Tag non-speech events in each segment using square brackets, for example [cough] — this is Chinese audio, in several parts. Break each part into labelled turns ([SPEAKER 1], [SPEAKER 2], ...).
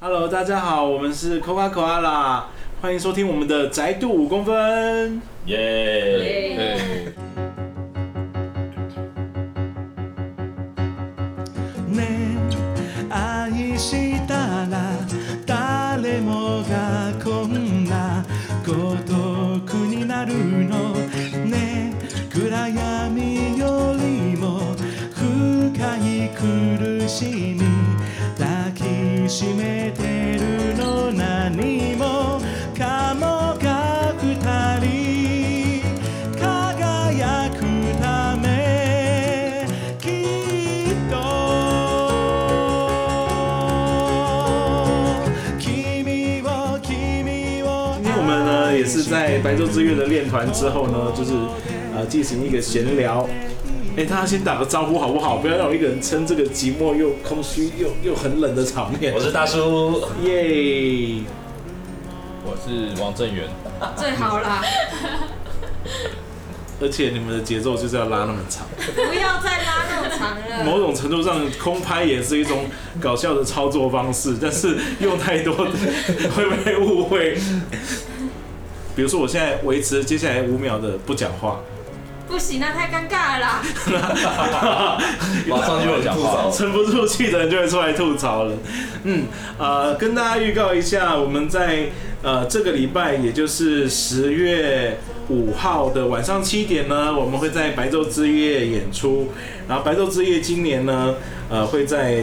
[SPEAKER 1] Hello，大家好，我们是 Coca Cola，欢迎收听我们的宅度五公分。
[SPEAKER 2] 耶！
[SPEAKER 3] 对，
[SPEAKER 1] ね愛したら誰もがこんな孤独になるのね暗闇よりも深い苦しみ抱きしめてるの何もかもが二人輝くためきっと君を君を因为我们呢也是在白昼之月的练团之后呢，就是呃进行一个闲聊。哎、大家先打个招呼好不好？不要让我一个人撑这个寂寞又空虚又又很冷的场面
[SPEAKER 2] 我。是大叔，
[SPEAKER 1] 耶！
[SPEAKER 3] 我是王正源，
[SPEAKER 4] 最好啦，
[SPEAKER 1] 而且你们的节奏就是要拉那么长，
[SPEAKER 4] 不要再拉那么长了。
[SPEAKER 1] 某种程度上空拍也是一种搞笑的操作方式，但是用太多会被误会。比如说，我现在维持接下来五秒的不讲话，
[SPEAKER 4] 不行，那太尴尬了啦。
[SPEAKER 3] 马上就有人吐
[SPEAKER 1] [laughs]
[SPEAKER 3] 槽
[SPEAKER 1] 撑不住气的人就会出来吐槽了。嗯，呃，跟大家预告一下，我们在呃这个礼拜，也就是十月五号的晚上七点呢，我们会在白昼之夜演出。然后白昼之夜今年呢，呃，会在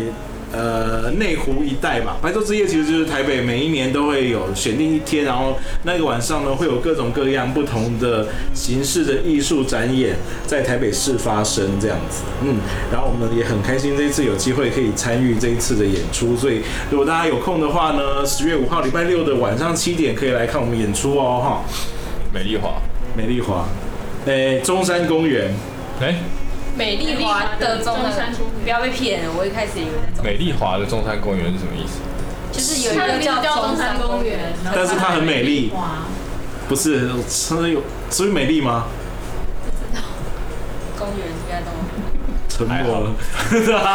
[SPEAKER 1] 呃内湖一带吧。白昼之夜其实就是台北每一年都会有选定一天，然后那个晚上呢会有各种各样不同的形式的艺术展演在台北市发生这样子。嗯，然后我们也很开心这一次有机会可以参与这一次的演出，所以如果大家有空的话呢，十月五号礼拜六的晚上七点可以来看我们演出哦，哈，
[SPEAKER 3] 美丽华。
[SPEAKER 1] 美丽华，诶，中山公园。
[SPEAKER 3] 哎、
[SPEAKER 4] 美丽华的中山，不要被骗了。我一开始以为那种，
[SPEAKER 3] 美丽华的中山公园是什么意思？
[SPEAKER 4] 就是有一个叫中山公园，
[SPEAKER 1] 但是它很美丽。不是，真的有，所以美丽吗？
[SPEAKER 4] 公园应该懂。
[SPEAKER 1] 沉默了，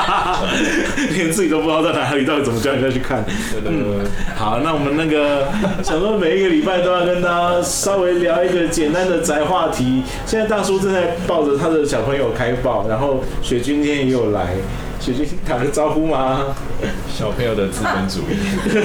[SPEAKER 1] [laughs] 连自己都不知道在哪里，到底怎么叫人家去看。
[SPEAKER 3] 嗯，
[SPEAKER 1] 好，那我们那个 [laughs] 想说每一个礼拜都要跟大家稍微聊一个简单的宅话题。现在大叔正在抱着他的小朋友开抱，然后雪君今天也有来，雪君打个招呼吗？ [laughs]
[SPEAKER 3] 小朋友的资本主义。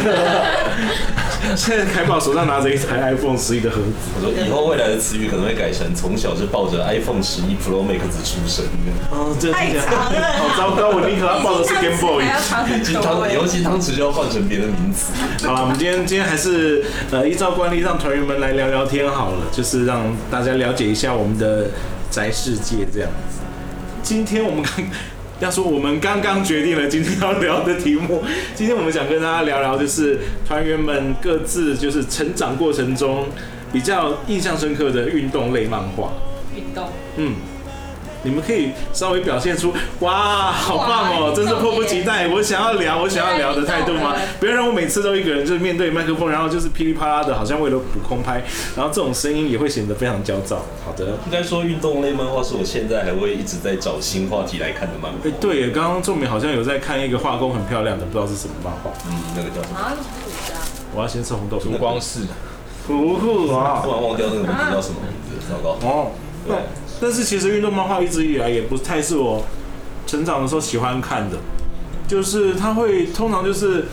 [SPEAKER 1] 现在开抱手上拿着一台 iPhone 十一的盒子。
[SPEAKER 2] 我说以后未来的词语可能会改成从小是抱着 iPhone 十一 Pro Max 出生的，
[SPEAKER 1] 哦，这
[SPEAKER 4] 太长了
[SPEAKER 1] 好糟糕，我宁可他抱的是 Game Boy
[SPEAKER 4] 还。要长很
[SPEAKER 2] 金汤
[SPEAKER 4] 久哎
[SPEAKER 2] 尤其汤匙就要换成别的名词。
[SPEAKER 1] 好了，我们今天今天还是呃依照惯例让团员们来聊聊天好了，就是让大家了解一下我们的宅世界这样子。今天我们刚要说我们刚刚决定了今天要聊的题目，今天我们想跟大家聊聊就是团员们各自就是成长过程中比较印象深刻的运动类漫画。
[SPEAKER 4] 运动，
[SPEAKER 1] 嗯，你们可以稍微表现出哇，好棒哦，
[SPEAKER 4] 哇
[SPEAKER 1] 真是迫不及待，我想要聊，我想要聊的态度吗
[SPEAKER 4] 对啊？
[SPEAKER 1] 不要让我每次都一个人就是面对麦克风，然后就是噼里啪啦的，好像为了补空拍，然后这种声音也会显得非常焦躁。好的。
[SPEAKER 2] 应该说运动类漫画是我现在还会一直在找新话题来看的漫画。
[SPEAKER 1] 哎、对耶，刚刚仲明好像有在看一个画工很漂亮的，不知道是什么漫画。
[SPEAKER 2] 嗯，那个叫什么？
[SPEAKER 4] 然后就是啊，
[SPEAKER 1] 我要先吃红豆。
[SPEAKER 3] 烛光室，
[SPEAKER 1] 不酷啊！
[SPEAKER 2] 突然忘掉那个名字叫什么名字，糟糕。
[SPEAKER 1] 哦，
[SPEAKER 2] 对，
[SPEAKER 1] 但是其实运动漫画一直以来也不太是我成长的时候喜欢看的，就是它会通常就是，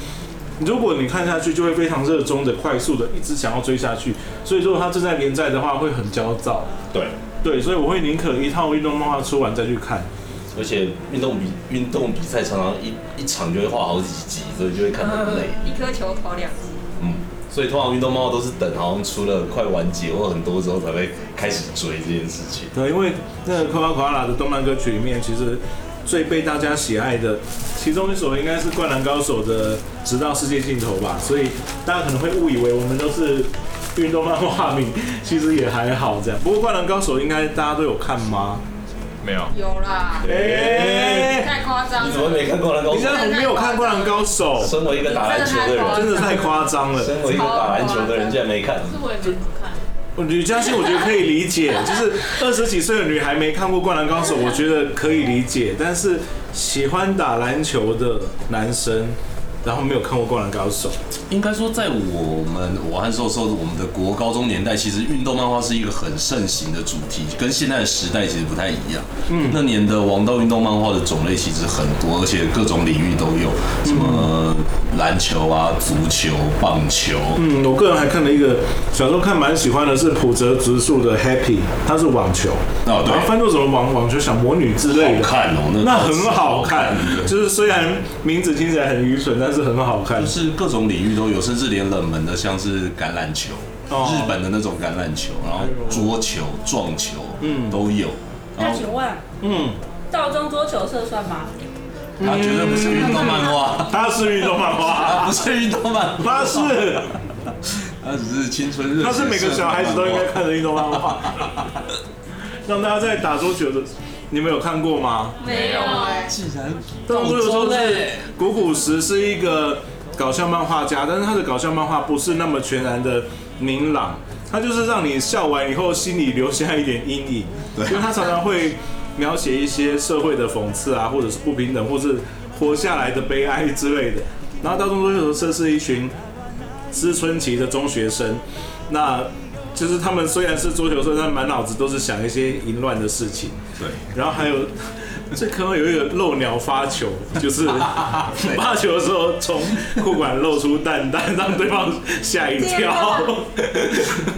[SPEAKER 1] 如果你看下去就会非常热衷的、快速的一直想要追下去，所以如果它正在连载的话会很焦躁。
[SPEAKER 2] 对，
[SPEAKER 1] 对，所以我会宁可一套运动漫画出完再去看。
[SPEAKER 2] 而且运动比运动比赛常常一一场就会画好几集，所以就会看得很累。
[SPEAKER 4] 一颗球投两击，
[SPEAKER 2] 嗯，所以通常运动漫画都是等好像出了快完结或很多之后才会开始追这件事情。
[SPEAKER 1] 对，因为那个《科拉卡拉》的动漫歌曲里面，其实最被大家喜爱的，其中一首应该是《灌篮高手》的《直到世界尽头》吧，所以大家可能会误以为我们都是运动漫画迷，其实也还好这样。不过《灌篮高手》应该大家都有看吗？
[SPEAKER 3] 没有，
[SPEAKER 4] 有啦，
[SPEAKER 1] 哎、
[SPEAKER 4] 太夸张
[SPEAKER 2] 你怎么
[SPEAKER 4] 了。
[SPEAKER 2] 没看《灌篮高
[SPEAKER 1] 啊你
[SPEAKER 2] 手
[SPEAKER 1] 现》？在很没有看《灌篮高手》，
[SPEAKER 2] 身为一个打篮球的人，
[SPEAKER 1] 真的太夸张了。
[SPEAKER 2] 身为一个打篮球的人竟然没看，
[SPEAKER 5] 我也没怎么看，
[SPEAKER 1] 吕嘉欣，我觉得可以理解，就是二十几岁的女孩没看过《灌篮高手》，我觉得可以理解。但是喜欢打篮球的男生，然后没有看过《灌篮高手》。
[SPEAKER 2] 应该说，在我们我和瘦瘦我们的国高中年代，其实运动漫画是一个很盛行的主题，跟现在的时代其实不太一样。嗯，那年的王道运动漫画的种类其实很多，而且各种领域都有，什么篮球啊、足球、棒球，
[SPEAKER 1] 嗯，我个人还看了一个小时候看蛮喜欢的是浦泽直树的《Happy》，它是网球，
[SPEAKER 2] 哦对
[SPEAKER 1] 然后翻作什么网网球小魔女之类的。
[SPEAKER 2] 好看哦，那
[SPEAKER 1] 那很好看，
[SPEAKER 2] 的
[SPEAKER 1] 就是虽然名字听起来很愚蠢，但是很好看
[SPEAKER 2] [laughs] 就。是各种领域都有，甚至连冷门的像是橄榄球，
[SPEAKER 1] 哦
[SPEAKER 2] 日本的那种橄榄球，然后桌球、撞球，嗯，都有。然
[SPEAKER 5] 那
[SPEAKER 2] 后
[SPEAKER 5] 请问，
[SPEAKER 1] 嗯，
[SPEAKER 5] 道中桌球社算吗？
[SPEAKER 2] 它绝对不是运动漫画，
[SPEAKER 1] 它是运动漫画， [laughs]
[SPEAKER 2] 它不是运动漫画，
[SPEAKER 1] 它是
[SPEAKER 2] 它只是青春热血。
[SPEAKER 1] 它是每个小孩子都应该看的运动漫
[SPEAKER 2] [laughs]
[SPEAKER 1] 画。让大家在打桌球的，你们有看过吗？
[SPEAKER 4] 没有哎，
[SPEAKER 2] 竟然
[SPEAKER 1] 但我有时候是
[SPEAKER 2] 嘞，
[SPEAKER 1] 古古石是一个搞笑漫画家，但是他的搞笑漫画不是那么全然的明朗，他就是让你笑完以后心里留下一点阴影，
[SPEAKER 2] 对
[SPEAKER 1] 因为他常常会描写一些社会的讽刺啊，或者是不平等，或是活下来的悲哀之类的。然后《到中桌球社》是一群思春期的中学生，那就是他们虽然是桌球社，但满脑子都是想一些淫乱的事情。
[SPEAKER 2] 对，
[SPEAKER 1] 然后还有，这可能有一个漏鸟发球，就是发球的时候从裤管露出蛋蛋，让对方吓一
[SPEAKER 4] 天
[SPEAKER 1] 跳
[SPEAKER 4] 哪，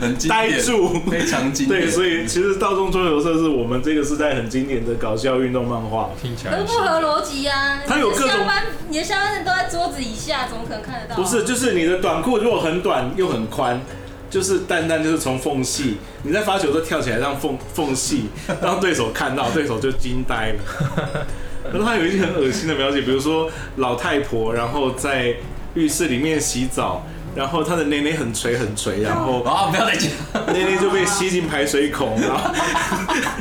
[SPEAKER 2] 很经典
[SPEAKER 1] 呆住。
[SPEAKER 2] 非常经典。
[SPEAKER 1] 对，所以其实《道中桌球社》是我们这个时代很经典的搞笑运动漫画。
[SPEAKER 3] 听起来
[SPEAKER 4] 可是
[SPEAKER 3] 很
[SPEAKER 4] 不合逻辑啊！
[SPEAKER 1] 它有各种
[SPEAKER 4] 你的下班，你的下半身都在桌子以下，怎么可能看得到啊？
[SPEAKER 1] 不是，就是你的短裤如果很短又很宽，就是蛋蛋就是从缝隙，你在发球都跳起来让缝缝隙让对手看到，对手就惊呆了。然后他有一些很恶心的描写，比如说老太婆，然后在浴室里面洗澡，然后她的内内很垂很垂，然后
[SPEAKER 2] 啊，不要再讲，
[SPEAKER 1] 内内就被吸进排水孔，然后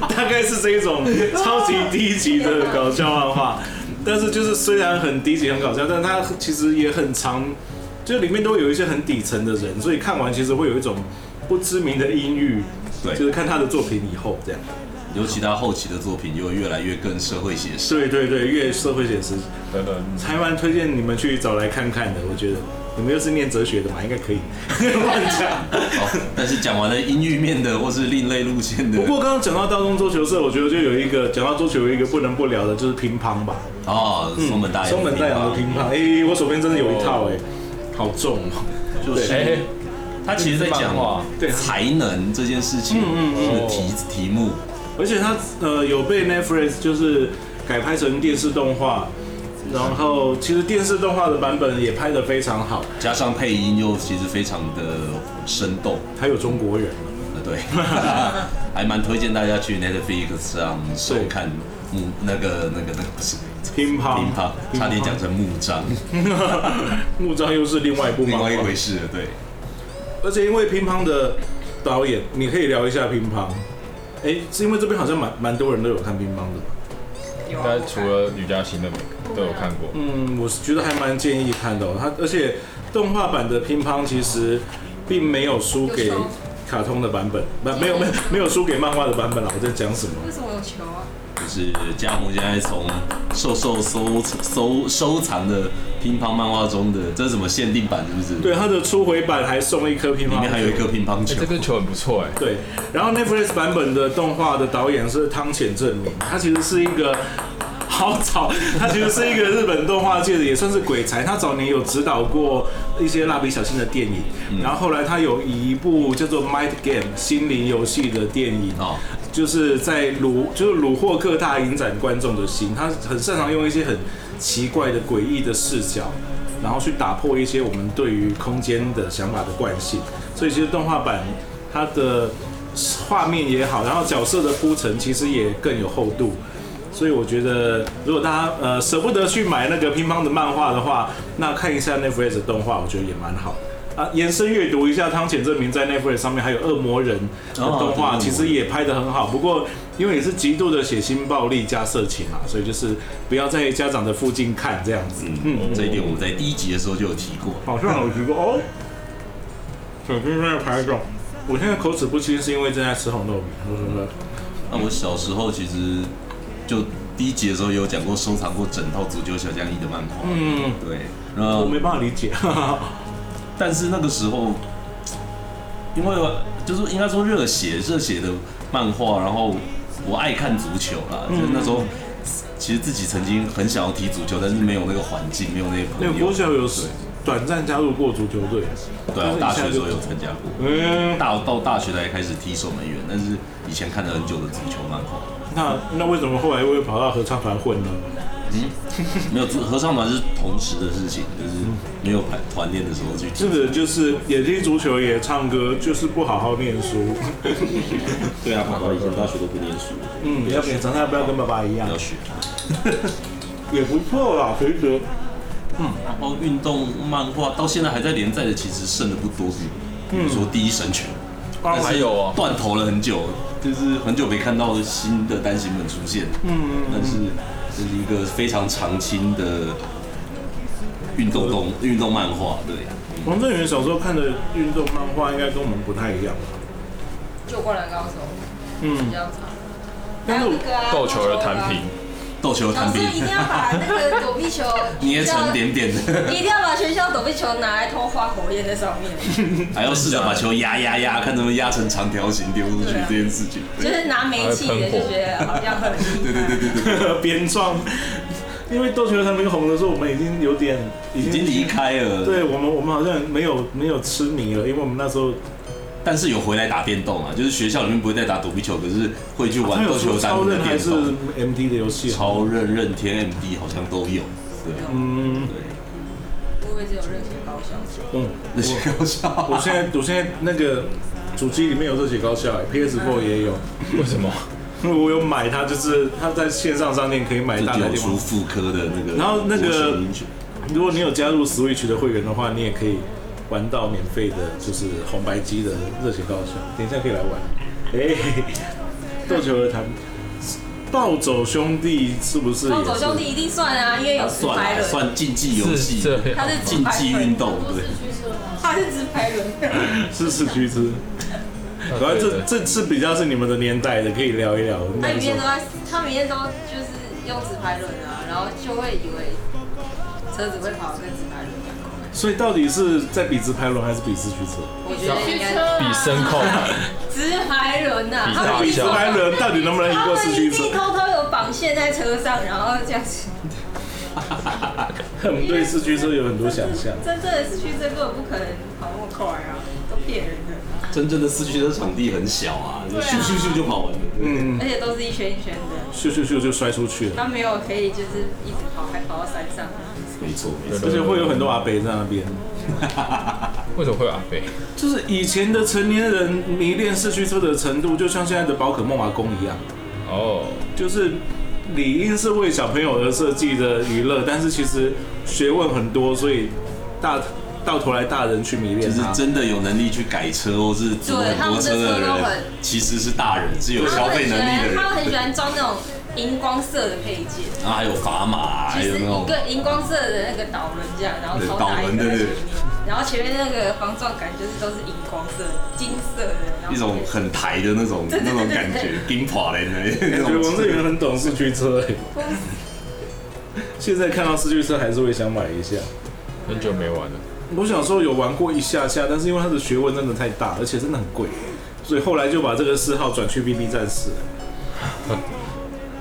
[SPEAKER 1] [laughs] 大概是这一种超级低级的搞笑漫画。但是就是虽然很低级很搞笑，但它其实也很长，就里面都有一些很底层的人，所以看完其实会有一种不知名的阴郁。
[SPEAKER 2] 对
[SPEAKER 1] 就是看他的作品以后这样。
[SPEAKER 2] 尤其他后期的作品又越来越更社会写实。
[SPEAKER 1] 对对对，越社会写实，
[SPEAKER 3] 等等，
[SPEAKER 1] 还蛮推荐你们去找来看看的。我觉得你们又是念哲学的嘛，应该可以 [laughs] 乱讲。
[SPEAKER 2] 好，哦但是讲完了阴郁面的或是另类路线的，
[SPEAKER 1] 不过刚刚讲到大众桌球社，我觉得就有一个讲到桌球有一个不能不聊的就是乒乓吧。
[SPEAKER 2] 哦，松本大洋，
[SPEAKER 1] 嗯松本大洋的乒乓，哎、我手边真的有一套哎、好重哦、
[SPEAKER 2] 就是啊
[SPEAKER 3] 哎，
[SPEAKER 2] 他其实在
[SPEAKER 3] 这是
[SPEAKER 2] 讲
[SPEAKER 3] 漫画
[SPEAKER 1] 对
[SPEAKER 2] 才能这件事
[SPEAKER 1] 嗯
[SPEAKER 2] 情的题题目，
[SPEAKER 1] 而且它呃有被 Netflix 就是改拍成电视动画，然后其实电视动画的版本也拍得非常好，
[SPEAKER 2] 加上配音又其实非常的生动，
[SPEAKER 1] 还有中国人嘛 [laughs]
[SPEAKER 2] 呃，对，还蛮推荐大家去 Netflix 上收看木那个那个那个不是
[SPEAKER 1] 乒乓
[SPEAKER 2] 乒乓，差点讲成木章，
[SPEAKER 1] 木章又是另外一部漫
[SPEAKER 2] 另
[SPEAKER 1] 画
[SPEAKER 2] 外一，回事了，对。
[SPEAKER 1] 而且因为乒乓的导演，你可以聊一下乒乓。哎、是因为这边好像蛮蛮多人都有看乒乓的，
[SPEAKER 4] 啊
[SPEAKER 3] 应该除了吕嘉欣的每个都有看过，
[SPEAKER 1] 嗯，我是觉得还蛮建议看的、哦。它而且动画版的乒乓其实并没有输给
[SPEAKER 4] 有输
[SPEAKER 1] 卡通的版本，不，没有没有没有输给漫画的版本了。我在讲什么？
[SPEAKER 4] 为什么有球啊？
[SPEAKER 2] 就是加盟现在从瘦瘦收收收藏的乒乓漫画中的，这是什么限定版是不是？
[SPEAKER 1] 对，，它的初回版还送了一颗乒乓
[SPEAKER 2] 里
[SPEAKER 1] 球，
[SPEAKER 2] 面还有一颗乒乓
[SPEAKER 3] 哎
[SPEAKER 2] 球
[SPEAKER 3] 这。个球很不错哎，
[SPEAKER 1] 对，然后 Netflix 版本的动画的导演是汤浅正明，他其实是一个好早，他其实是一个日本动画界的也算是鬼才。他早年有指导过一些蜡笔小新的电影，
[SPEAKER 2] 嗯
[SPEAKER 1] 然后后来他有以一部叫做《Mind Game》心灵游戏的电影
[SPEAKER 2] 哦，
[SPEAKER 1] 就是在虏就是虏获各大影展观众的心。他很擅长用一些很奇怪的、诡异的视角，然后去打破一些我们对于空间的想法的惯性。所以其实动画版它的画面也好，然后角色的铺陈其实也更有厚度。所以我觉得，如果大家呃舍不得去买那个乒乓的漫画的话，那看一下 Netflix 的动画，我觉得也蛮好的啊。延伸阅读一下汤浅证明在 Netflix 上面还有《恶魔人》的动画，
[SPEAKER 2] 哦对
[SPEAKER 1] 其实也拍得很好。不过因为也是极度的血腥、暴力加色情啊，所以就是不要在家长的附近看这样子。
[SPEAKER 2] 嗯，这一点我们在第一集的时候就有提过。
[SPEAKER 1] 好像有提过哦。手机在拍照，我现在口齿不清是因为正在吃红豆米。呵呵呵
[SPEAKER 2] 那我小时候其实就第一集的时候有讲过，收藏过整套《足球小将一》的漫画。
[SPEAKER 1] 嗯，
[SPEAKER 2] 对，那
[SPEAKER 1] 我没办法理 [laughs] 解。
[SPEAKER 2] 但是那个时候，因为就是应该说热血热血的漫画，然后我爱看足球啦，
[SPEAKER 1] 嗯
[SPEAKER 2] 就是那时候其实自己曾经很想要踢足球，但是没有那个环境，没有那些朋
[SPEAKER 1] 那
[SPEAKER 2] 友。
[SPEAKER 1] 个国小有短暂加入过足球队，
[SPEAKER 2] 对啊，我大
[SPEAKER 1] 但是一下
[SPEAKER 2] 学的时
[SPEAKER 1] 就
[SPEAKER 2] 候有参加过，
[SPEAKER 1] 嗯，
[SPEAKER 2] 大到大学才开始踢守门员，但是以前看了很久的足球漫画，
[SPEAKER 1] 那那为什么后来会跑到合唱团混呢？
[SPEAKER 2] 没有足合唱团是同时的事情，就是没有团团练的时候去踢
[SPEAKER 1] 这。个就是也踢足球也唱歌，就是不好好念书。
[SPEAKER 2] 对啊，跑到以前大学都不念书，
[SPEAKER 1] 嗯，要给长大不要跟爸爸一样
[SPEAKER 2] 要，学。
[SPEAKER 1] 也不错啦，可以得。
[SPEAKER 2] 然后运动漫画到现在还在连载的，其实剩的不多。比如说《第一神拳》，
[SPEAKER 1] 啊
[SPEAKER 3] 还有哦，
[SPEAKER 2] 断头了很久，就是很久没看到新的单行本出现。嗯，但是这是一个非常长青的运动动运动漫画，对。
[SPEAKER 1] 王振源小时候看的运动漫画应该跟我们不太一样吧？
[SPEAKER 4] 就灌篮高手比
[SPEAKER 1] 嗯，
[SPEAKER 4] 较长，
[SPEAKER 1] 但是 [laughs] 啊我
[SPEAKER 3] 斗球的弹平，
[SPEAKER 2] 斗球
[SPEAKER 4] 啊老
[SPEAKER 2] 弹
[SPEAKER 4] 师一定
[SPEAKER 2] 兵，
[SPEAKER 4] 要把那个躲
[SPEAKER 3] [laughs]
[SPEAKER 4] 避球
[SPEAKER 2] 捏成点点的，
[SPEAKER 4] 一定要把学校躲避球拿来偷花火焰在上
[SPEAKER 3] [laughs]
[SPEAKER 4] 面，
[SPEAKER 2] 还要试着把球压压压，看能不能压成长条形丢出去
[SPEAKER 4] 对啊
[SPEAKER 2] 这件事情。
[SPEAKER 4] 就是拿煤气的就觉得好像很
[SPEAKER 3] [laughs]
[SPEAKER 4] 厉害。
[SPEAKER 1] 边撞，因为《斗球他那个红的时候，我们已经有点
[SPEAKER 2] 已经离。开了，，
[SPEAKER 1] 对我们，我们好像没有没有痴迷了，因为我们那时候
[SPEAKER 2] 但是有回来打电动啊，就是学校里面不会再打躲避球，可是会去玩
[SPEAKER 1] 啊他
[SPEAKER 2] 斗
[SPEAKER 1] 有
[SPEAKER 2] 球
[SPEAKER 1] 出
[SPEAKER 2] 弹
[SPEAKER 1] 超
[SPEAKER 2] 的
[SPEAKER 1] 人还
[SPEAKER 2] 电
[SPEAKER 1] 是
[SPEAKER 2] 动。
[SPEAKER 1] MD 的游戏，
[SPEAKER 2] 超任任天 MD 好像都有，对
[SPEAKER 1] 嗯
[SPEAKER 2] 对，
[SPEAKER 4] 不会只有热血高校？
[SPEAKER 1] 嗯，
[SPEAKER 2] 那些搞笑。
[SPEAKER 1] 我现在我现在那个主机里面有热血高校、p 欸 s Four 也有，
[SPEAKER 3] 为什么？
[SPEAKER 1] 我有买它，就是它在线上商店可以买
[SPEAKER 2] 这
[SPEAKER 1] 大
[SPEAKER 2] 就
[SPEAKER 1] 概
[SPEAKER 2] 有
[SPEAKER 1] 地
[SPEAKER 2] 出
[SPEAKER 1] 方。
[SPEAKER 2] 妇科的那个，
[SPEAKER 1] 然后那个
[SPEAKER 2] 英雄
[SPEAKER 1] 如果你有加入 Switch 的会员的话，你也可以玩到免费的，就是红白机的热血高校。等一下可以来玩。哎、斗球而谈，暴走兄弟是不是也
[SPEAKER 4] 暴
[SPEAKER 1] 是？
[SPEAKER 4] 走兄弟一定算啊，因为有直
[SPEAKER 2] 算
[SPEAKER 4] 拍
[SPEAKER 2] 了
[SPEAKER 4] 轮，
[SPEAKER 2] 算竞技游戏，
[SPEAKER 3] 是这
[SPEAKER 4] 他是直
[SPEAKER 2] 竞
[SPEAKER 4] 拍
[SPEAKER 2] 技
[SPEAKER 4] 轮
[SPEAKER 2] 运，动，对，
[SPEAKER 4] 他是直拍
[SPEAKER 3] [laughs]
[SPEAKER 4] 轮。
[SPEAKER 1] 是四驱
[SPEAKER 4] [laughs]
[SPEAKER 1] 之。然后这这次比较是你们的年代的，可以聊一聊。那
[SPEAKER 4] 他每
[SPEAKER 1] 个时
[SPEAKER 4] 天
[SPEAKER 1] 候
[SPEAKER 4] 都在，他每天都就是用直排轮啊，然后就会以为车子会跑得跟直排轮啊一样快。
[SPEAKER 1] 所以到底是在比直排轮还是比四驱车？
[SPEAKER 4] 我觉得应该
[SPEAKER 5] 啊
[SPEAKER 3] 比声控，
[SPEAKER 4] 直排轮呐、啊，
[SPEAKER 3] 比
[SPEAKER 4] 他们一定
[SPEAKER 1] 直
[SPEAKER 3] 直
[SPEAKER 1] 排轮到底能不能赢
[SPEAKER 4] 他
[SPEAKER 1] 过四
[SPEAKER 4] 们
[SPEAKER 1] 驱
[SPEAKER 4] 一
[SPEAKER 1] 车
[SPEAKER 4] 定？偷偷有绑线在车上，然后这样子。
[SPEAKER 1] 我们对四驱车有很多想象。
[SPEAKER 4] 真正的四驱车根本不可能跑那么快啊，都骗人的，
[SPEAKER 2] 真正的四驱车场地很小啊，就咻咻咻就跑完了。
[SPEAKER 1] 嗯，
[SPEAKER 4] 而且都是一圈一圈的，
[SPEAKER 1] 咻咻咻就摔出去了，
[SPEAKER 4] 他没有可以就是一直跑，还跑到山上。
[SPEAKER 2] 没错没错，
[SPEAKER 1] 而且会有很多阿伯在那边。
[SPEAKER 3] 为什么会有阿贝？
[SPEAKER 1] 就是以前的成年人迷恋四驱车的程度，就像现在的宝可梦阿公一样，
[SPEAKER 3] 哦，
[SPEAKER 1] 就是理应是为小朋友而设计的娱乐，但是其实学问很多，所以大到头来大人去迷
[SPEAKER 2] 就
[SPEAKER 1] 恋
[SPEAKER 2] 是
[SPEAKER 1] 它。
[SPEAKER 2] 真的有能力去改车或是组很多车的
[SPEAKER 4] 对他们的车都
[SPEAKER 2] 人
[SPEAKER 4] 很，
[SPEAKER 2] 其实是大人，是有
[SPEAKER 4] 他
[SPEAKER 2] 消
[SPEAKER 4] 们
[SPEAKER 2] 费
[SPEAKER 4] 很喜
[SPEAKER 2] 能
[SPEAKER 4] 欢，
[SPEAKER 2] 力的人
[SPEAKER 4] 他。们很喜欢装那种荧光色的配件，
[SPEAKER 2] 然后还有砝码，还
[SPEAKER 4] 就
[SPEAKER 2] 哎有
[SPEAKER 4] 是
[SPEAKER 2] 那
[SPEAKER 4] 一
[SPEAKER 2] 种
[SPEAKER 4] 个荧光色的那个导轮这样，然后
[SPEAKER 2] 对
[SPEAKER 4] 超
[SPEAKER 2] 导
[SPEAKER 4] 大
[SPEAKER 2] 轮
[SPEAKER 4] 一个
[SPEAKER 2] 对
[SPEAKER 4] 在
[SPEAKER 2] 对
[SPEAKER 4] 前面，然后前面那个防撞杆就是都是荧光色、金色的，然后
[SPEAKER 2] 一种很台的那种
[SPEAKER 4] 对
[SPEAKER 2] 那
[SPEAKER 4] 对对
[SPEAKER 2] 种感觉，冰垮的那
[SPEAKER 1] 感觉
[SPEAKER 2] 种
[SPEAKER 1] 王志云很懂四驱车、欸，现在看到四驱车还是会想买一下。
[SPEAKER 3] 很久没玩了。
[SPEAKER 1] 我小时候有玩过一下下，但是因为它的学问真的太大，而且真的很贵，所以后来就把这个嗜好转去 BB 战士。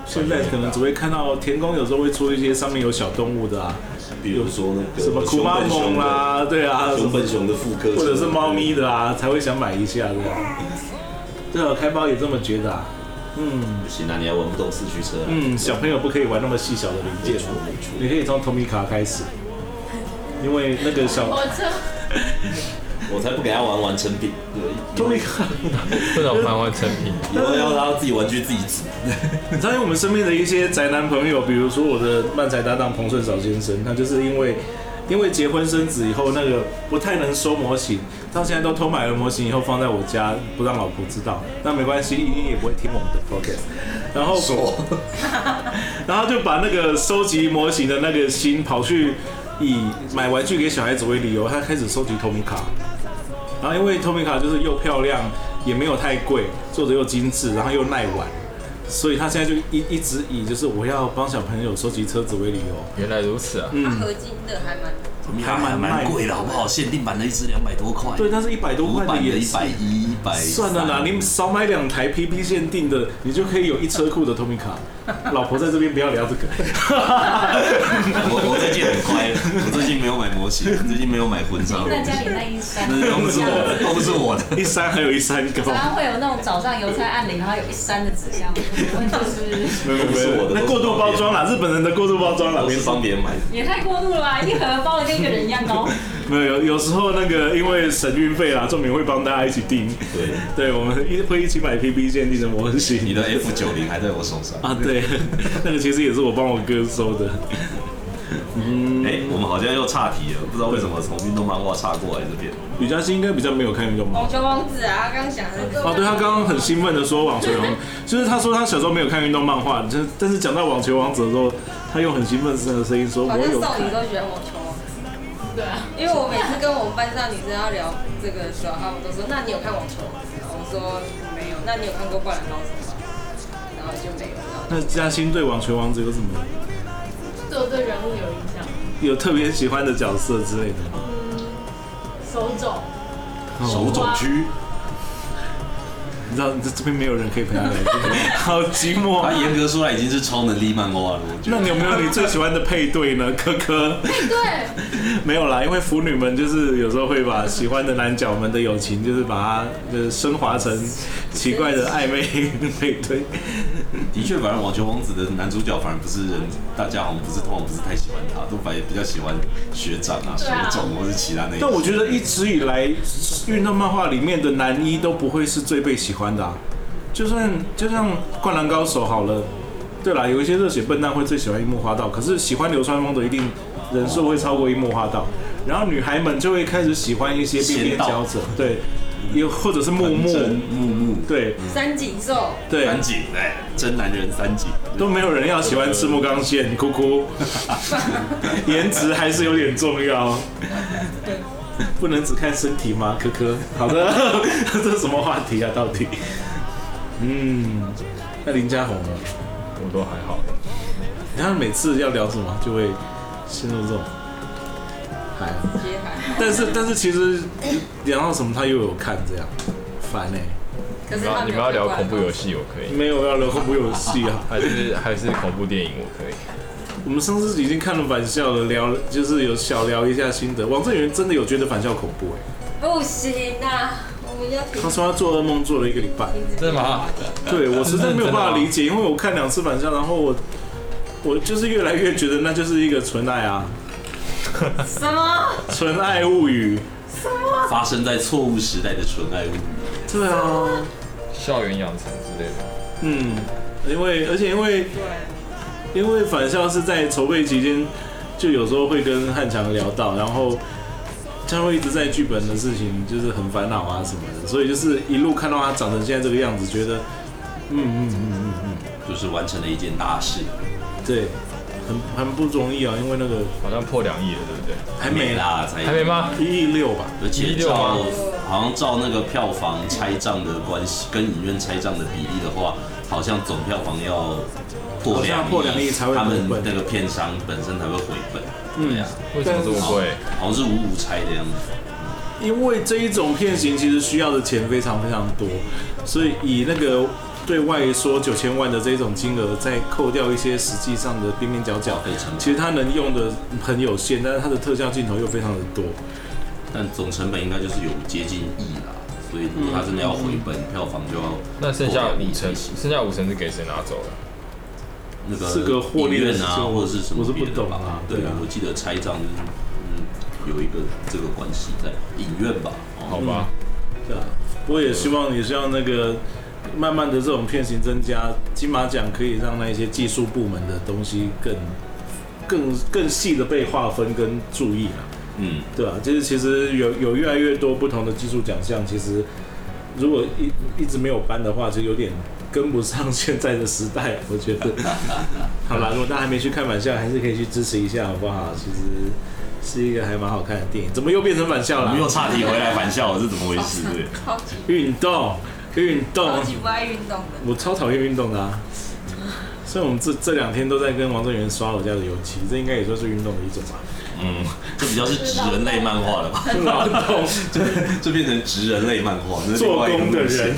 [SPEAKER 1] 现在可能只会看到田宫有时候会出一些上面有小动物的啊，
[SPEAKER 2] 比如说那个
[SPEAKER 1] 什么库巴蒙啦，对啊，
[SPEAKER 2] 熊本熊的副歌，
[SPEAKER 1] 或者是猫咪的啊，才会想买一下这样。对啊，开包也这么觉得啊。嗯
[SPEAKER 2] 不行啊，你还玩不动四驱车啊，
[SPEAKER 1] 嗯，小朋友不可以玩那么细小的零件，你可以从透米卡开始，因为那个小
[SPEAKER 5] 我这
[SPEAKER 2] 我才不给他玩完成品，
[SPEAKER 1] 透
[SPEAKER 2] 对，
[SPEAKER 1] 米卡。
[SPEAKER 3] 不能换换成品，
[SPEAKER 2] 以后要让他自己玩具自己组。
[SPEAKER 1] 你知道，因为我们身边的一些宅男朋友，比如说我的漫才搭档彭顺嫂先生，他就是因为因为结婚生子以后，那个不太能收模型，到现在都偷买了模型以后放在我家，不让老婆知道。那没关系，英英也不会听我们的 podcast。然后说，然后就把那个收集模型的那个心跑去以买玩具给小孩子为理由，他开始收集透明卡。然后因为透明卡就是又漂亮，也没有太贵，做的又精致，然后又耐玩。所以他现在就一一直以就是我要帮小朋友收集车子为理由，
[SPEAKER 3] 原来如此啊！
[SPEAKER 4] 它合金的还蛮多
[SPEAKER 2] 米兰版蛮贵的，好不好？限定版的一支两百多块，
[SPEAKER 1] 对，但是一百多
[SPEAKER 2] 五
[SPEAKER 1] 块
[SPEAKER 2] 版的
[SPEAKER 1] 也
[SPEAKER 2] 一
[SPEAKER 1] 是
[SPEAKER 2] 百一、一百。
[SPEAKER 1] 算了啦，你少买两台 PP 限定的，你就可以有一车库的
[SPEAKER 2] [laughs]
[SPEAKER 1] Tomica。老婆在这边不要聊这个。
[SPEAKER 2] 我我最近很乖，我最近没有买模型，最近没有买婚纱。
[SPEAKER 6] 那家里那一扇，
[SPEAKER 2] 那都不是我的，都不是我的。
[SPEAKER 1] 一山还有一山高，
[SPEAKER 6] 常常会有那种早上邮差按铃，然后有一扇的纸
[SPEAKER 4] [laughs]
[SPEAKER 6] 箱，就是
[SPEAKER 1] 没有
[SPEAKER 2] 不
[SPEAKER 1] 没
[SPEAKER 2] 是
[SPEAKER 1] 有
[SPEAKER 2] 我的
[SPEAKER 1] 那过度包装啦，日本人的过度包装啦，
[SPEAKER 2] 我
[SPEAKER 1] 没
[SPEAKER 2] 是
[SPEAKER 1] 错
[SPEAKER 2] 帮别人买的。
[SPEAKER 6] 也太过度了吧？一盒包的跟一个人一样高，
[SPEAKER 1] 没有有有时候那个因为省运费啦，仲明会帮大家一起订，
[SPEAKER 2] 对，
[SPEAKER 1] 对，我们一会一起买 PP 限定的模型。
[SPEAKER 2] 你的 F 九零还在我手上。
[SPEAKER 1] 啊，对， [laughs] 那个其实也是我帮我哥收的。
[SPEAKER 2] 哎，我们好像又岔题了，不知道为什么从运动漫画岔过来这边。
[SPEAKER 1] 吕嘉欣应该比较没有看运动漫。
[SPEAKER 4] 网球 [laughs] 王子啊，他刚想的
[SPEAKER 1] 哦，对他刚刚很兴奋的说网球王，就是他说他小时候没有看运动漫画，就是但是讲到网球王子的时候，他用很兴奋的声音说我
[SPEAKER 4] 好像
[SPEAKER 1] 有
[SPEAKER 4] 少女
[SPEAKER 1] 看。
[SPEAKER 4] 都喜欢网球王子。对啊，因为我每次跟我们班上女生要聊这个的时候，他们都说：“那你有看网球王子吗？”我说：“没有。”那你有看过《灌篮高手》吗？然后就没有。然后
[SPEAKER 1] 那嘉欣对网球王子有什么
[SPEAKER 5] 对我对人物有影响。
[SPEAKER 1] 有特别喜欢的角色之类的？
[SPEAKER 5] 手肘，哦
[SPEAKER 2] 手冢区，
[SPEAKER 1] 你知道这这边没有人可以陪他来，好寂寞
[SPEAKER 2] 他
[SPEAKER 1] 啊。
[SPEAKER 2] 严格说来已经是超能力漫画了，我觉
[SPEAKER 1] 那
[SPEAKER 2] 得。
[SPEAKER 1] 你有没有你最喜欢的配对呢？科科
[SPEAKER 5] 对，
[SPEAKER 1] [laughs] 没有啦，因为腐女们就是有时候会把喜欢的男角们的友情，就是把它就是升华成奇怪的暧昧 [laughs] 配对。
[SPEAKER 2] 的确，反正网球王子的男主角反而不是人，大家好像不是通常不是太喜欢他，都反而比较喜欢学长啊、学种或是其他那一种。
[SPEAKER 1] 但我觉得一直以来，运动漫画里面的男一都不会是最被喜欢的啊。就算就像《灌篮高手》好了，对啦，有一些热血笨蛋会最喜欢樱木花道，可是喜欢流川枫的一定人数会超过樱木花道。然后女孩们就会开始喜欢一些边边角者，对，又或者是木木，
[SPEAKER 2] 木木
[SPEAKER 1] 对
[SPEAKER 4] 三井寿，
[SPEAKER 1] 对，
[SPEAKER 2] 三井哎，真男人三井，
[SPEAKER 1] 都没有人要喜欢赤木刚宪，哭哭，颜值还是有点重要。不能只看身体吗？科科，好的， [laughs] 这是什么话题啊？到底？嗯，那林家宏呢？
[SPEAKER 3] 我都还好。
[SPEAKER 1] 你看每次要聊什么，就会陷入这种。还好，
[SPEAKER 4] 接海。
[SPEAKER 1] 但是但是其实聊到什么他又有看这样，烦哎、
[SPEAKER 4] 可
[SPEAKER 3] 你
[SPEAKER 4] 是
[SPEAKER 3] 们
[SPEAKER 4] 他
[SPEAKER 3] 要
[SPEAKER 4] 没
[SPEAKER 3] 你
[SPEAKER 4] 有
[SPEAKER 3] 们要
[SPEAKER 4] 看
[SPEAKER 3] 聊
[SPEAKER 4] 灌
[SPEAKER 3] 恐
[SPEAKER 4] 篮
[SPEAKER 3] 怖游
[SPEAKER 4] 高手
[SPEAKER 3] 戏，我可以；
[SPEAKER 1] 没有要聊恐怖游戏啊。
[SPEAKER 3] 还是还是恐怖电影，我可以。
[SPEAKER 1] 我们上次已经看了返校了，聊就是有小聊一下心得。王正源真的有觉得返校恐怖哎、
[SPEAKER 4] 不行啊，我们要停
[SPEAKER 1] 他说他做噩梦做了一个礼拜，
[SPEAKER 4] 停止。
[SPEAKER 3] 真的吗？
[SPEAKER 1] 对我实在没有办法理解，因为我看两次反校，然后我我就是越来越觉得那就是一个纯爱啊，
[SPEAKER 4] 什么？
[SPEAKER 1] 纯爱物语。
[SPEAKER 2] 发生在错误时代的纯爱物语，
[SPEAKER 1] 对啊，
[SPEAKER 3] 校园养成之类的，
[SPEAKER 1] 嗯，因为而且因为
[SPEAKER 4] 对，
[SPEAKER 1] 因为返校是在筹备期间，就有时候会跟汉强聊到，然后他会一直在剧本的事情就是很烦恼啊什么的，所以就是一路看到他长成现在这个样子，觉得嗯嗯嗯嗯嗯，
[SPEAKER 2] 就是完成了一件大事，
[SPEAKER 1] 对，很很不容易啊，因为那个
[SPEAKER 3] 好像破两亿了，对不对？
[SPEAKER 1] 还没啦，
[SPEAKER 2] 啦，才
[SPEAKER 3] 还没？吗？
[SPEAKER 1] 一亿六啊吧。
[SPEAKER 2] 而且
[SPEAKER 3] 16
[SPEAKER 2] 照
[SPEAKER 3] 吗
[SPEAKER 2] 好像照那个票房拆账的关系，跟影院拆账的比例的话，好像总票房要破
[SPEAKER 1] 好像
[SPEAKER 2] 两
[SPEAKER 1] 要
[SPEAKER 2] 亿
[SPEAKER 1] 破两亿才会
[SPEAKER 2] 他们
[SPEAKER 1] 回本
[SPEAKER 2] 那个片商本身才会回本。
[SPEAKER 1] 嗯
[SPEAKER 2] 对啊，
[SPEAKER 3] 为什么这么贵？
[SPEAKER 2] 好像是五五拆的样子。
[SPEAKER 1] 因为这一种片型其实需要的钱非常非常多，所以以那个对外说九千万的这种金额，再扣掉一些实际上的边边角角
[SPEAKER 2] 费成本，
[SPEAKER 1] 其实它能用的很有限，但是它的特效镜头又非常的多。
[SPEAKER 2] 但总成本应该就是有接近亿啦。所以如果他真的要回本，
[SPEAKER 1] 嗯
[SPEAKER 2] 票房就要
[SPEAKER 3] 那剩下
[SPEAKER 2] 破两亿
[SPEAKER 3] 五成，
[SPEAKER 2] 才行
[SPEAKER 3] 剩下五成是给谁拿走了？
[SPEAKER 2] 那个
[SPEAKER 1] 是个获利的
[SPEAKER 2] 影院
[SPEAKER 1] 事
[SPEAKER 2] 啊，
[SPEAKER 1] 情
[SPEAKER 2] 或者是什么
[SPEAKER 1] 我是不
[SPEAKER 2] 别的
[SPEAKER 1] 懂
[SPEAKER 2] 吧
[SPEAKER 1] 啊
[SPEAKER 2] 对
[SPEAKER 1] 对啊
[SPEAKER 2] 我记得拆账就是嗯有一个这个关系在影院吧。哦
[SPEAKER 3] 好吧，
[SPEAKER 1] 对啊，我也希望也希望那个慢慢的这种片型增加，金马奖可以让那一些技术部门的东西更更更细的被划分跟注意啦。
[SPEAKER 2] 嗯，
[SPEAKER 1] 对啊，就是其实有有越来越多不同的技术奖项，其实如果一一直没有颁的话，就有点跟不上现在的时代， [laughs] 我觉得。好啦，如果大家还没去看返校，还是可以去支持一下，好不好？其实是一个还蛮好看的电影，怎么又变成返校
[SPEAKER 2] 我
[SPEAKER 1] 了
[SPEAKER 2] 们？又岔题回来玩笑，是怎么回事？对，
[SPEAKER 4] 超级
[SPEAKER 1] 运动，运动
[SPEAKER 4] 超，级不爱运动的。
[SPEAKER 1] 我超讨厌运动的、啊。所以我们这这两天都在跟王正源刷我家的油漆，这应该也算是运动的一种吧。
[SPEAKER 2] 嗯，这比较是直人类漫画了吧？
[SPEAKER 1] 脑洞，
[SPEAKER 2] [laughs] 这这变成直人类漫画，那是另
[SPEAKER 1] 做
[SPEAKER 2] 外一个
[SPEAKER 1] 工的
[SPEAKER 2] 路线
[SPEAKER 1] 人，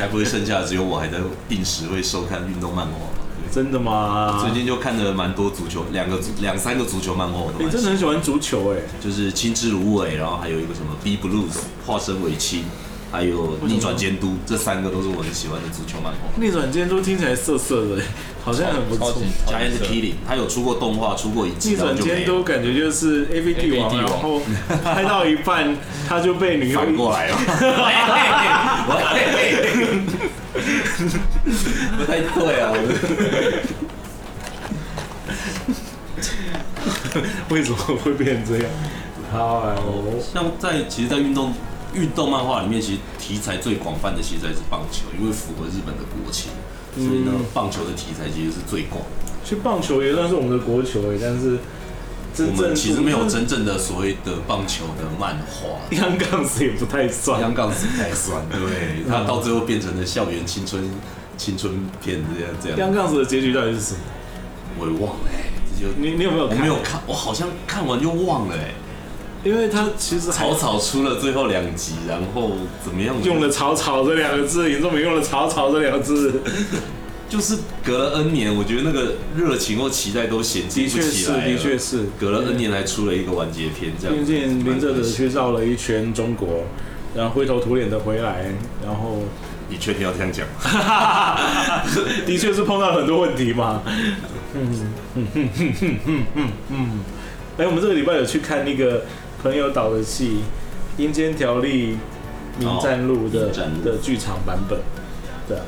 [SPEAKER 2] 该不会剩下的只有我还在定时会收看运动漫画吧？对
[SPEAKER 1] 真的吗？
[SPEAKER 2] 最近就看了蛮多足球，两个足两三个足球漫画我都
[SPEAKER 1] 你、
[SPEAKER 2] 蛮喜
[SPEAKER 1] 真的
[SPEAKER 2] 欢，
[SPEAKER 1] 很喜欢足球哎、
[SPEAKER 2] 就是《青之芦苇》，然后还有一个什么《B Blues》化身为青，还有《逆转监督》，这三个都是我很喜欢的足球漫画。
[SPEAKER 1] 逆转监督听起来涩涩的、欸好像很不
[SPEAKER 3] 超
[SPEAKER 1] 错。
[SPEAKER 3] 级
[SPEAKER 2] 加
[SPEAKER 3] 超级
[SPEAKER 2] 一是
[SPEAKER 3] 色
[SPEAKER 2] P 零，它有出过动画，出过一季，
[SPEAKER 1] 逆
[SPEAKER 2] 然后
[SPEAKER 1] 转
[SPEAKER 2] 就没
[SPEAKER 1] 监
[SPEAKER 2] 有
[SPEAKER 1] 督感觉就是 A V 帝
[SPEAKER 3] AV
[SPEAKER 1] 王，
[SPEAKER 3] 帝王
[SPEAKER 1] 然后拍到一半他就被女
[SPEAKER 2] 反
[SPEAKER 1] 优
[SPEAKER 2] 过来哦。 [laughs] 不太对啊，我
[SPEAKER 1] 为什么会变成这样？好哦，
[SPEAKER 2] 像在其实，在运动运动漫画里面，其实题材最广泛的其实还是棒球，因为符合日本的国情，所以呢
[SPEAKER 1] 嗯，
[SPEAKER 2] 棒球的题材其实是最广。
[SPEAKER 1] 其实棒球也算是我们的国球哎、但是
[SPEAKER 2] 我
[SPEAKER 1] 真正
[SPEAKER 2] 们其实没有真正的所谓的棒球的漫
[SPEAKER 1] [laughs]
[SPEAKER 2] 画。
[SPEAKER 1] 香港子也不太算 [laughs]
[SPEAKER 2] 香。港是太酸，对，它到最后变成了校园青春青春片这样这样。
[SPEAKER 1] 香港子的结局到底是什么？
[SPEAKER 2] 我也忘了、欸，这就
[SPEAKER 1] 你你有没有
[SPEAKER 2] 我
[SPEAKER 1] 看？
[SPEAKER 2] 没有看，我好像看完就忘了、欸，
[SPEAKER 1] 因为他其 [laughs] 实还
[SPEAKER 2] 草草出了最后两集，然后怎么样？
[SPEAKER 1] 用了“草草”这两个字，严仲明用了“草草”这两个字，
[SPEAKER 2] 就是隔了 N 年，我觉得那个热情或期待都衔
[SPEAKER 1] [laughs]
[SPEAKER 2] 接
[SPEAKER 1] 的
[SPEAKER 2] 不
[SPEAKER 1] 确
[SPEAKER 2] 起
[SPEAKER 1] 是，
[SPEAKER 2] 来了
[SPEAKER 1] 的确是。
[SPEAKER 2] 隔了 N 年来出了一个完结篇，这样
[SPEAKER 1] 最近林正哲去绕了一圈中国，然后灰头土脸的回来，然后
[SPEAKER 2] 你确定要这样讲吗？
[SPEAKER 1] 的确是碰到很多问题嘛。嗯嗯嗯嗯嗯嗯嗯嗯。哎，我们这个礼拜有去看那个朋友导的戏《阴间条例》名战录的、
[SPEAKER 2] 哦冥战录
[SPEAKER 1] 的剧场版本，对啊，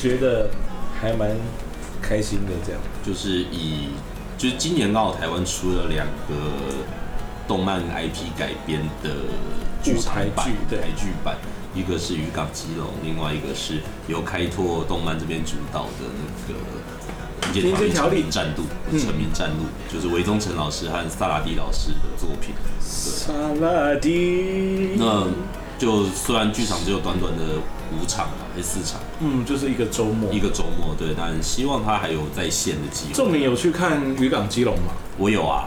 [SPEAKER 1] 觉得还蛮开心的这样。
[SPEAKER 2] 就是以就是今年刚好台湾出了两个动漫 IP 改编的剧场
[SPEAKER 1] 舞台
[SPEAKER 2] 版
[SPEAKER 1] 剧、对
[SPEAKER 2] 台剧版，一个是《渔港基隆》，另外一个是由开拓动漫这边主导的那个《
[SPEAKER 1] 民间条例
[SPEAKER 2] 成名战路》，成名战路就是韦忠诚老师和萨拉蒂老师的作品。
[SPEAKER 1] 萨拉迪，
[SPEAKER 2] 那就虽然剧场只有短短的五场吧，还是四场，
[SPEAKER 1] 嗯，就是一个周末
[SPEAKER 2] 一。个周末，对，但希望他还有在线的机
[SPEAKER 1] 仲
[SPEAKER 2] 会。
[SPEAKER 1] 明有去看《渔港基隆》嘛？
[SPEAKER 2] 我有啊，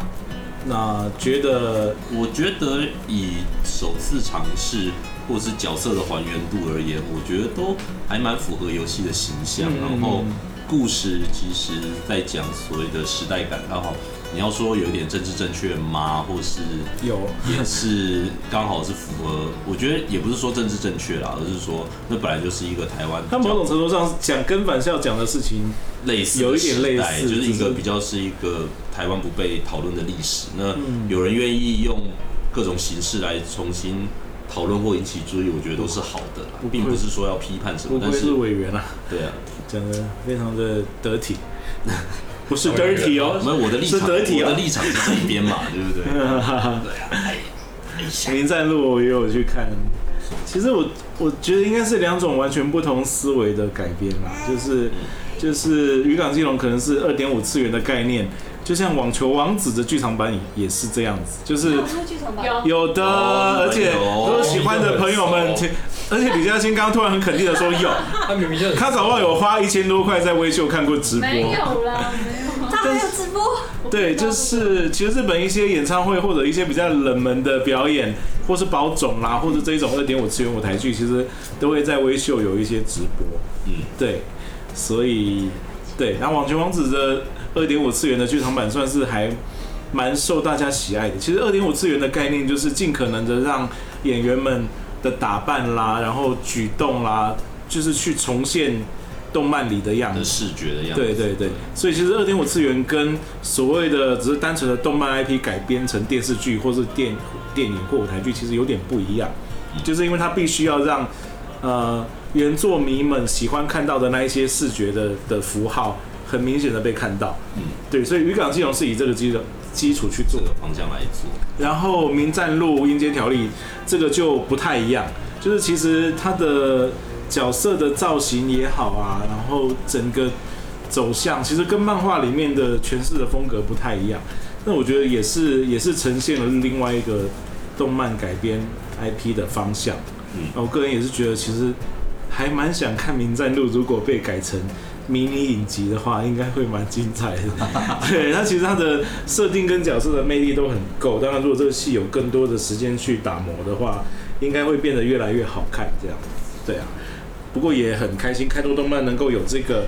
[SPEAKER 1] 那觉得
[SPEAKER 2] 我觉得以首次尝试或是角色的还原度而言，我觉得都还蛮符合游戏的形象。
[SPEAKER 1] 嗯
[SPEAKER 2] 然后故事其实在讲所谓的时代感，刚好你要说有点政治正确吗？或是 [laughs]
[SPEAKER 1] 有
[SPEAKER 2] 也是刚好是符合，我觉得也不是说政治正确啦，而是说那本来就是一个台湾
[SPEAKER 1] 他
[SPEAKER 2] 比
[SPEAKER 1] 某
[SPEAKER 2] 较
[SPEAKER 1] 种程度上讲跟返校讲的事情，
[SPEAKER 2] 类似的
[SPEAKER 1] 有一点类似
[SPEAKER 2] 时代就是一
[SPEAKER 1] 只
[SPEAKER 2] 个
[SPEAKER 1] 是
[SPEAKER 2] 比较是一个台湾不被讨论的历史。那
[SPEAKER 1] 嗯
[SPEAKER 2] 有人愿意用各种形式来重新讨论或引起注意，我觉得都是好的啦
[SPEAKER 1] 不愧
[SPEAKER 2] 并不是说要批判什
[SPEAKER 1] 不
[SPEAKER 2] 么，
[SPEAKER 1] 愧
[SPEAKER 2] 但
[SPEAKER 1] 是
[SPEAKER 2] 是
[SPEAKER 1] 委员啊，[laughs]
[SPEAKER 2] 对啊，
[SPEAKER 1] 讲的非常的得体，不是 dirty
[SPEAKER 2] 没
[SPEAKER 1] 哦，
[SPEAKER 2] 有我的立
[SPEAKER 1] 是
[SPEAKER 2] 场，
[SPEAKER 1] 得体
[SPEAKER 2] 我
[SPEAKER 1] 啊
[SPEAKER 2] 的立场是这一
[SPEAKER 1] [laughs]
[SPEAKER 2] 边嘛，对不对？对啊，哎哎呀
[SPEAKER 1] 名战路我也有去看，其实我我觉得应该是两种完全不同思维的改编啦，
[SPEAKER 6] 嗯
[SPEAKER 1] 就是就是渔港基隆可能是二点五次元的概念，就像网球王子的剧场版也是这样子，就是
[SPEAKER 6] 出剧场版
[SPEAKER 5] 有
[SPEAKER 1] 有的，
[SPEAKER 2] 哦
[SPEAKER 1] 而且
[SPEAKER 2] 有
[SPEAKER 1] 如果喜欢的朋友们
[SPEAKER 3] 有，
[SPEAKER 1] 而且李嘉欣刚刚突然很肯定的说有，
[SPEAKER 3] 他明明就
[SPEAKER 1] 他早上有花一千多块在微秀看过直播，
[SPEAKER 5] 没有啦，没有。
[SPEAKER 6] 他还有直播，
[SPEAKER 1] [laughs] 对，就是其实日本一些演唱会或者一些比较冷门的表演，或是包种啦，或者这一种二点五次元舞台剧，其实都会在微秀有一些直播。
[SPEAKER 2] 嗯，
[SPEAKER 1] 对，所以对，然后《网球王子》的二点五次元的剧场版算是还蛮受大家喜爱的。其实二点五次元的概念就是尽可能的让演员们的打扮啦，然后举动啦，就是去重现动漫里的样
[SPEAKER 2] 的
[SPEAKER 1] 子。
[SPEAKER 2] 视觉的样子，
[SPEAKER 1] 对对对，所以其实二点五次元跟所谓的只是单纯的动漫 IP 改编成电视剧或是电电影或舞台剧，其实有点不一样，就是因为它必须要让呃原作迷们喜欢看到的那一些视觉的的符号，很明显的被看到。
[SPEAKER 2] 嗯，
[SPEAKER 1] 对，所以渔港基隆是以这个基础基础去
[SPEAKER 2] 这
[SPEAKER 1] 做的
[SPEAKER 2] 个方向来做，
[SPEAKER 1] 然后《民战录》《阴间条例》这个就不太一样，就是其实它的角色的造型也好啊，然后整个走向其实跟漫画里面的诠释的风格不太一样。那我觉得也是也是呈现了另外一个动漫改编 IP 的方向。哦
[SPEAKER 2] 嗯
[SPEAKER 1] 那我个人也是觉得其实还蛮想看《民战录》如果被改成迷你影集的话，应该会蛮精彩的。对，它其实它的设定跟角色的魅力都很够。当然，如果这个戏有更多的时间去打磨的话，应该会变得越来越好看。这样，对啊。不过也很开心，开拓动漫能够有这个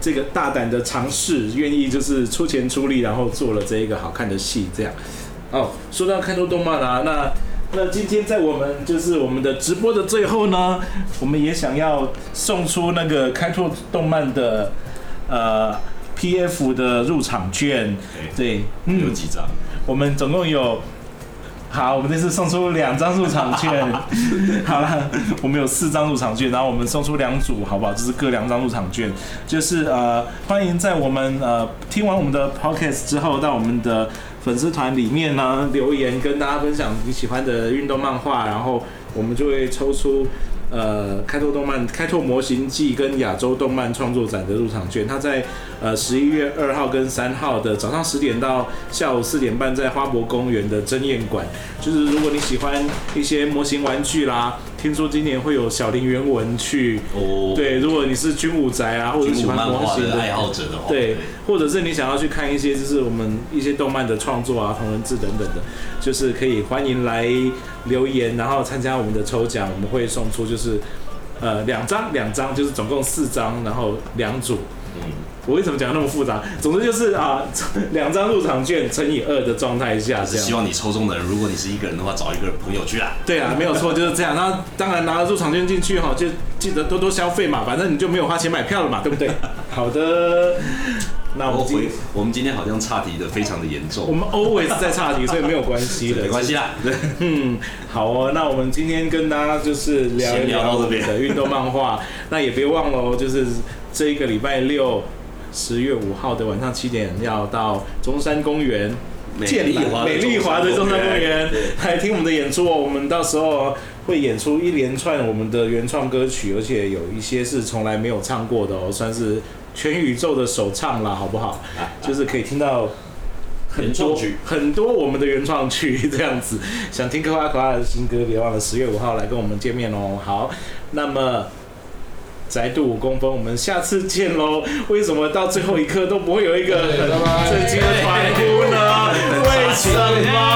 [SPEAKER 1] 这个大胆的尝试，愿意就是出钱出力，然后做了这一个好看的戏，这样。哦，说到开拓动漫啊，那那今天在我们就是我们的直播的最后呢，我们也想要送出那个开拓动漫的呃 PF 的入场券，对，
[SPEAKER 2] 有
[SPEAKER 1] 嗯，
[SPEAKER 2] 几张？
[SPEAKER 1] 我们总共有。好，我们这次送出两张入场券。
[SPEAKER 2] [laughs]
[SPEAKER 1] 好了，我们有四张入场券，然后我们送出两组，好不好？就是各两张入场券。就是呃，欢迎在我们呃听完我们的 podcast 之后，到我们的粉丝团里面呢留言，跟大家分享你喜欢的运动漫画，然后我们就会抽出呃开拓动漫、开拓模型季跟亚洲动漫创作展的入场券。它在呃十一月二号跟三号的早上十点到下午四点半，在花博公园的珍宴馆。就是如果你喜欢一些模型玩具啦，听说今年会有小林原文去。
[SPEAKER 2] 哦，，
[SPEAKER 1] 对，如果你是军武宅啊，或者
[SPEAKER 2] 听
[SPEAKER 1] 喜
[SPEAKER 2] 古
[SPEAKER 1] 欢
[SPEAKER 2] 漫
[SPEAKER 1] 模
[SPEAKER 2] 画
[SPEAKER 1] 型
[SPEAKER 2] 的爱好者的话，
[SPEAKER 1] 对，或者是你想要去看一些就是我们一些动漫的创作啊、同人志等等的，就是可以欢迎来留言，然后参加我们的抽奖，我们会送出就是呃两张两张，就是总共四张，然后两组。
[SPEAKER 2] 嗯
[SPEAKER 1] 我为什么讲那么复杂？总之就是啊，两张入场券乘以二的状态下，
[SPEAKER 2] 还
[SPEAKER 1] 这
[SPEAKER 2] 是
[SPEAKER 1] 样
[SPEAKER 2] 希。望你抽中的人，如果你是一个人的话，找一个朋友去啦。
[SPEAKER 1] 对啊，没有错，就是这样。那当然拿了入场券进去哈，就记得多多消费嘛，反正你就没有花钱买票了嘛，对
[SPEAKER 2] [laughs]
[SPEAKER 1] 不对？好的，那我
[SPEAKER 2] 我
[SPEAKER 1] 们今
[SPEAKER 2] 回，我们今天好像岔题的非常的严
[SPEAKER 1] 我
[SPEAKER 2] 重，
[SPEAKER 1] 们 always 在岔题，所以没有关系的，
[SPEAKER 2] 没关系。啦。
[SPEAKER 1] 嗯，好哦，那我们今天跟大家就是聊一
[SPEAKER 2] 先聊
[SPEAKER 1] 聊
[SPEAKER 2] 到
[SPEAKER 1] 我们
[SPEAKER 2] 这边
[SPEAKER 1] 的运动漫画，那也别忘了哦，就是这一个礼拜六。十月五号的晚上七点，要到中山公园建
[SPEAKER 2] 丽华
[SPEAKER 1] 美丽华的中山公园来听我们的演出哦。我们到时候会演出一连串我们的原创歌曲，而且有一些是从来没有唱过的哦，算是全宇宙的首唱啦，好不好？就是可以听到很
[SPEAKER 2] 原创
[SPEAKER 1] 多
[SPEAKER 2] 曲
[SPEAKER 1] 很多我们的原创曲这样子。想听可爱可爱的新歌，别忘了十月五号来跟我们见面哦。好，那么。宅度五公分，我们下次见喽！为什么到最后一刻都不会有一个很震惊的团呼呢？为什么？
[SPEAKER 3] 哦